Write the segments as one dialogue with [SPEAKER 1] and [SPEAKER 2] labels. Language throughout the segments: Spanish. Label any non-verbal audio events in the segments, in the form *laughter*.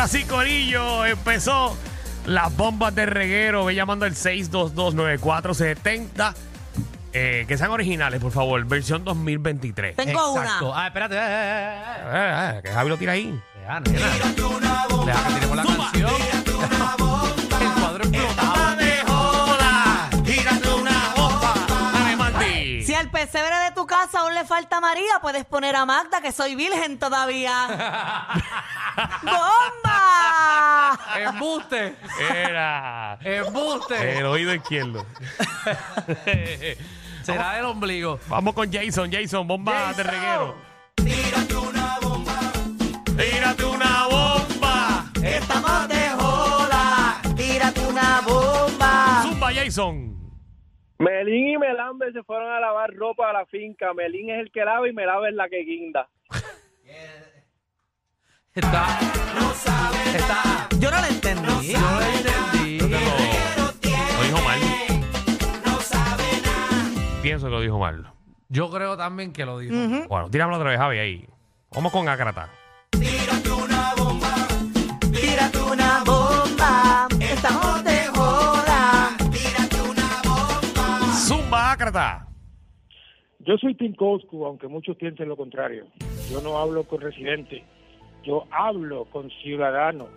[SPEAKER 1] así, Corillo, empezó las bombas de reguero. Ve llamando al 6229470. Eh, que sean originales, por favor. Versión 2023. Eh,
[SPEAKER 2] Tengo
[SPEAKER 3] Exacto.
[SPEAKER 2] una.
[SPEAKER 3] Ah, espérate. eh, eh, eh,
[SPEAKER 1] eh, que Javi lo tira ahí.
[SPEAKER 3] eh. Deja, nena. Deja que tiremos la canción. El cuadro explotado.
[SPEAKER 1] Dale, Mandy.
[SPEAKER 2] Si al pesebre de tu casa aún le falta María, puedes poner a Magda, que soy virgen todavía. *laughs* ¡Bomba!
[SPEAKER 3] Embuste.
[SPEAKER 1] Era.
[SPEAKER 3] Embuste.
[SPEAKER 1] El oído izquierdo.
[SPEAKER 3] Será el ombligo.
[SPEAKER 1] Vamos con Jason, Jason, bomba de
[SPEAKER 3] Jason.
[SPEAKER 1] reguero. Tírate una bomba. Tírate
[SPEAKER 2] Estamos de joda. Tírate una
[SPEAKER 1] una bomba.
[SPEAKER 3] Ah.
[SPEAKER 2] bomba.
[SPEAKER 1] Zumba, Jason.
[SPEAKER 4] Melín y Melambe se fueron a lavar ropa a la finca. Melín es el que lava y Melambe es la que guinda.
[SPEAKER 3] Está. Está.
[SPEAKER 2] Yo no la entendí.
[SPEAKER 3] Yo lo entendí.
[SPEAKER 1] Lo dijo mal. Pienso que lo dijo mal.
[SPEAKER 3] Yo creo también que lo dijo.
[SPEAKER 1] Bueno, tíramelo otra vez, Javi, ahí. Vamos con Acrata.
[SPEAKER 2] Tírate una bomba. Estamos de joda.
[SPEAKER 1] Zumba, Acrata.
[SPEAKER 5] Yo soy Tim Coscu, aunque muchos piensen lo contrario. Yo no hablo con residentes, yo hablo con ciudadanos.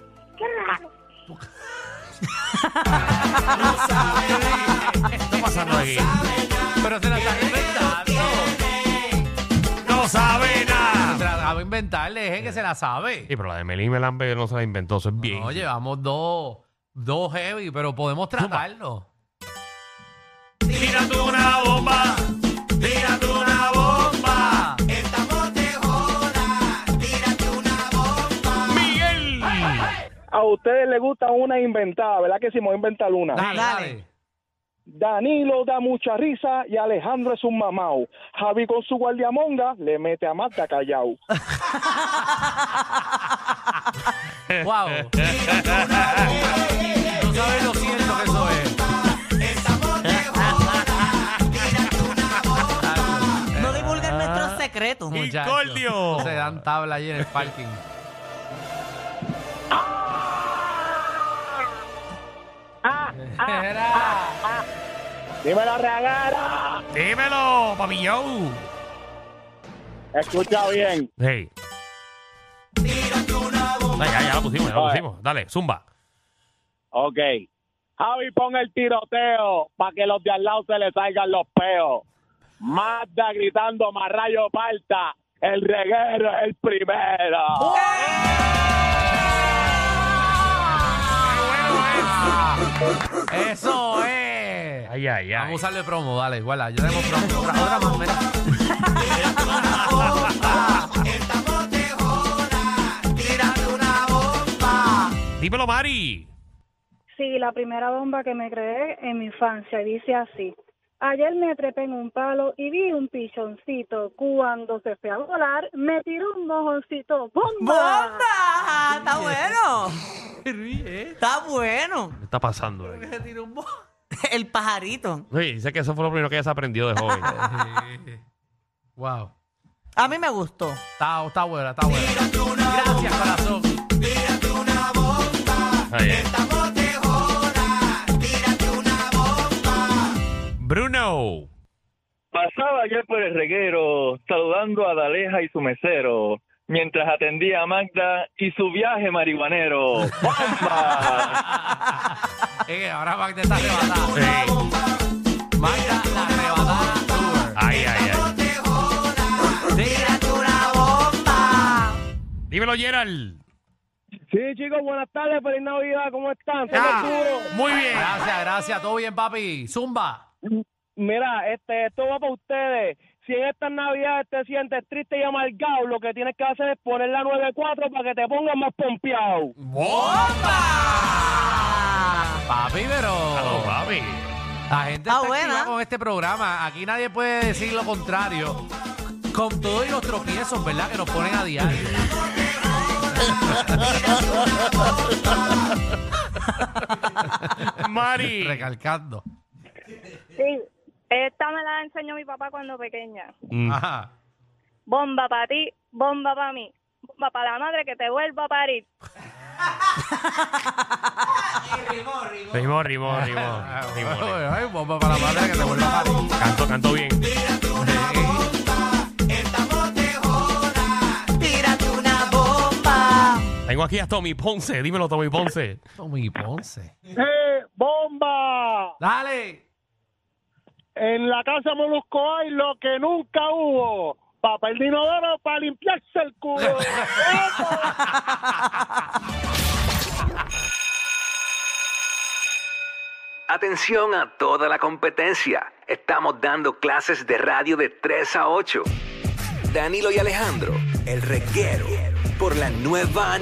[SPEAKER 1] ¿Qué está pasando aquí?
[SPEAKER 3] Pero se la está inventando.
[SPEAKER 1] No sabe
[SPEAKER 3] Se
[SPEAKER 1] nada.
[SPEAKER 3] la acabo de inventar. Le dije que se la sabe.
[SPEAKER 1] Sí, pero la de Melín Melambe no se la inventó, eso es bien.
[SPEAKER 3] No, llevamos dos. Dos heavy, pero podemos tratarlo.
[SPEAKER 1] Tírate una bomba. Tírate una bomba. Miguel.
[SPEAKER 4] A ustedes les gusta una inventada, ¿verdad que si me voy a inventar una?
[SPEAKER 3] Dale,
[SPEAKER 2] Dale.
[SPEAKER 3] *laughs* dale.
[SPEAKER 4] Danilo da mucha risa y Alejandro es un mamau. Javi con su guardiamonga le mete a Marta Callao.
[SPEAKER 3] *laughs* Wow. no sabes lo cierto que eso es.
[SPEAKER 2] No divulguen nuestros secretos.
[SPEAKER 3] Muchachos,
[SPEAKER 1] Incordio.
[SPEAKER 3] Se dan tabla allí en el parking. Era.
[SPEAKER 4] Dímelo, Ragara.
[SPEAKER 1] Dímelo, papi Joe.
[SPEAKER 4] Escucha bien.
[SPEAKER 1] Hey. Ay, ya, ya lo pusimos, ya lo
[SPEAKER 4] Oye.
[SPEAKER 1] pusimos. Dale, zumba.
[SPEAKER 4] Ok. Javi, pon el tiroteo para que los de al lado se le salgan los peos. Marta gritando, Marrayo Parta. El reguero es el primero.
[SPEAKER 3] Eso es.
[SPEAKER 1] Ay, ay, ay.
[SPEAKER 3] Vamos a usarle promo, dale, igual, ya tenemos promo. Otra, otra más, mira.
[SPEAKER 1] Dímelo, Mari.
[SPEAKER 6] Sí, la primera bomba que me creé en mi infancia y dice así. Ayer me trepé en un palo y vi un pichoncito. Cuando se fue a volar, me tiró un mojoncito. ¡Bomba!
[SPEAKER 2] ¡Bomba! Está bueno. Está bueno.
[SPEAKER 1] ¿Qué está pasando? ahí?
[SPEAKER 2] El pajarito.
[SPEAKER 1] Oye, dice que eso fue lo primero que ella se aprendió de joven. *laughs*
[SPEAKER 3] Wow.
[SPEAKER 2] A mí me gustó.
[SPEAKER 3] Está, está buena, está buena. Gracias, corazón.
[SPEAKER 1] Ay, ay. Bruno.
[SPEAKER 7] Pasaba ayer por el reguero, saludando a Daleja y su mesero, mientras atendía a Magda y su viaje marihuanero.
[SPEAKER 4] *laughs*
[SPEAKER 7] ¡Bomba!
[SPEAKER 3] Es que ahora Magda está arrebatada.
[SPEAKER 1] Hey.
[SPEAKER 3] Magda, la arrebatada tour.
[SPEAKER 1] Ay, ay, ay.
[SPEAKER 2] Tírate una bomba.
[SPEAKER 1] Dímelo, Gerald.
[SPEAKER 4] Sí, chicos, buenas tardes, feliz Navidad, ¿cómo están? Soy
[SPEAKER 1] Ah,
[SPEAKER 4] Arturo.
[SPEAKER 1] muy bien.
[SPEAKER 3] Gracias, gracias. ¿Todo bien, papi? Zumba.
[SPEAKER 4] Mira, este, esto va para ustedes. Si en estas Navidades te sientes triste y amargado, lo que tienes que hacer es poner la 94 para que te pongas más pompeado.
[SPEAKER 3] Papi,
[SPEAKER 1] Claro,
[SPEAKER 3] pero...
[SPEAKER 1] Oh, papi.
[SPEAKER 3] La gente
[SPEAKER 2] Ah,
[SPEAKER 3] está
[SPEAKER 2] buena.
[SPEAKER 3] activa con este programa. Aquí nadie puede decir lo contrario. Con todo y los tropiezos, ¿verdad? Que nos ponen a diario. *laughs*
[SPEAKER 1] Mari.
[SPEAKER 3] Recalcando.
[SPEAKER 6] Sí, esta me la enseñó mi papá cuando pequeña.
[SPEAKER 1] Mm.
[SPEAKER 3] Ajá.
[SPEAKER 6] Bomba para ti, bomba para mí. Bomba para la madre que te vuelva a parir.
[SPEAKER 1] Rimó, rimó, rimó.
[SPEAKER 3] Ah.
[SPEAKER 1] rimó, rimó.
[SPEAKER 3] Ay, bomba para la patria que te vuelva a parir.
[SPEAKER 1] Canto, canto bien.
[SPEAKER 2] Tírate una bomba.
[SPEAKER 1] Tengo aquí a Tommy Ponce. Dímelo, Tommy Ponce.
[SPEAKER 3] Tommy Ponce.
[SPEAKER 4] ¡Eh, bomba!
[SPEAKER 3] Dale.
[SPEAKER 4] En la casa de Molusco hay lo que nunca hubo. Papel de inodoro para limpiarse el culo.
[SPEAKER 8] Atención a toda la competencia. Estamos dando clases de radio de 3 a 8. Danilo y Alejandro, el reguero, por la nueva